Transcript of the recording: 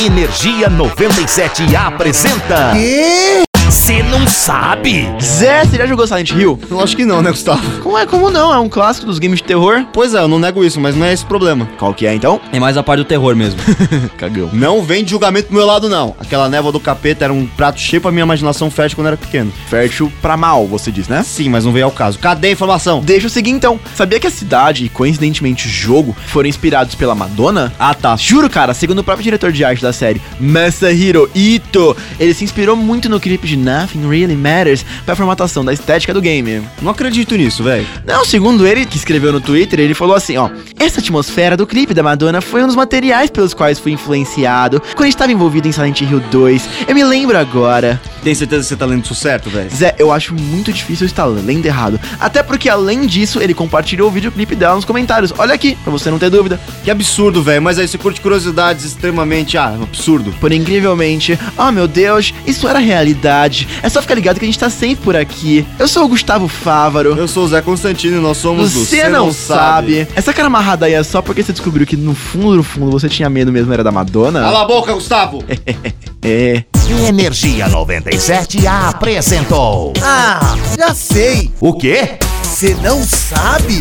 Energia 97 apresenta. Quê? Você não sabe? Zé, você já jogou Silent Hill? Lógico que não, né, Gustavo? Como é como não? É um clássico dos games de terror? Pois é, eu não nego isso, mas não é esse o problema. Qual que é então? É mais a parte do terror mesmo. Cagão. Não vem de julgamento do meu lado, não. Aquela névoa do capeta era um prato cheio pra minha imaginação fértil quando era pequeno. Fértil pra mal, você diz, né? Sim, mas não veio ao caso. Cadê a informação? Deixa eu seguir então. Sabia que a cidade e coincidentemente o jogo foram inspirados pela Madonna? Ah, tá. Juro, cara, segundo o próprio diretor de arte da série, Masahiro Ito, ele se inspirou muito no clipe de Nothing Really Matters pra formatação da estética do game. Não acredito nisso, velho. Não, segundo ele, que escreveu no Twitter, ele falou assim, ó. Essa atmosfera do clipe da Madonna foi um dos materiais pelos quais fui influenciado quando estava envolvido em Silent Hill 2. Eu me lembro agora. Tem certeza que você tá lendo isso certo, velho? Zé, eu acho muito difícil eu estar lendo errado. Até porque, além disso, ele compartilhou o videoclipe dela nos comentários. Olha aqui, pra você não ter dúvida. Que absurdo, velho. Mas aí você curte curiosidades extremamente. Ah, absurdo. Por incrivelmente, oh meu Deus, isso era realidade. É só ficar ligado que a gente tá sempre por aqui. Eu sou o Gustavo Fávaro. Eu sou o Zé Constantino e nós somos do Você não sabe. Essa cara amarrada aí é só porque você descobriu que no fundo, no fundo, você tinha medo mesmo, era da Madonna? Cala a boca, Gustavo! É. Energia 97 apresentou. Ah, já sei. O quê? Você não sabe?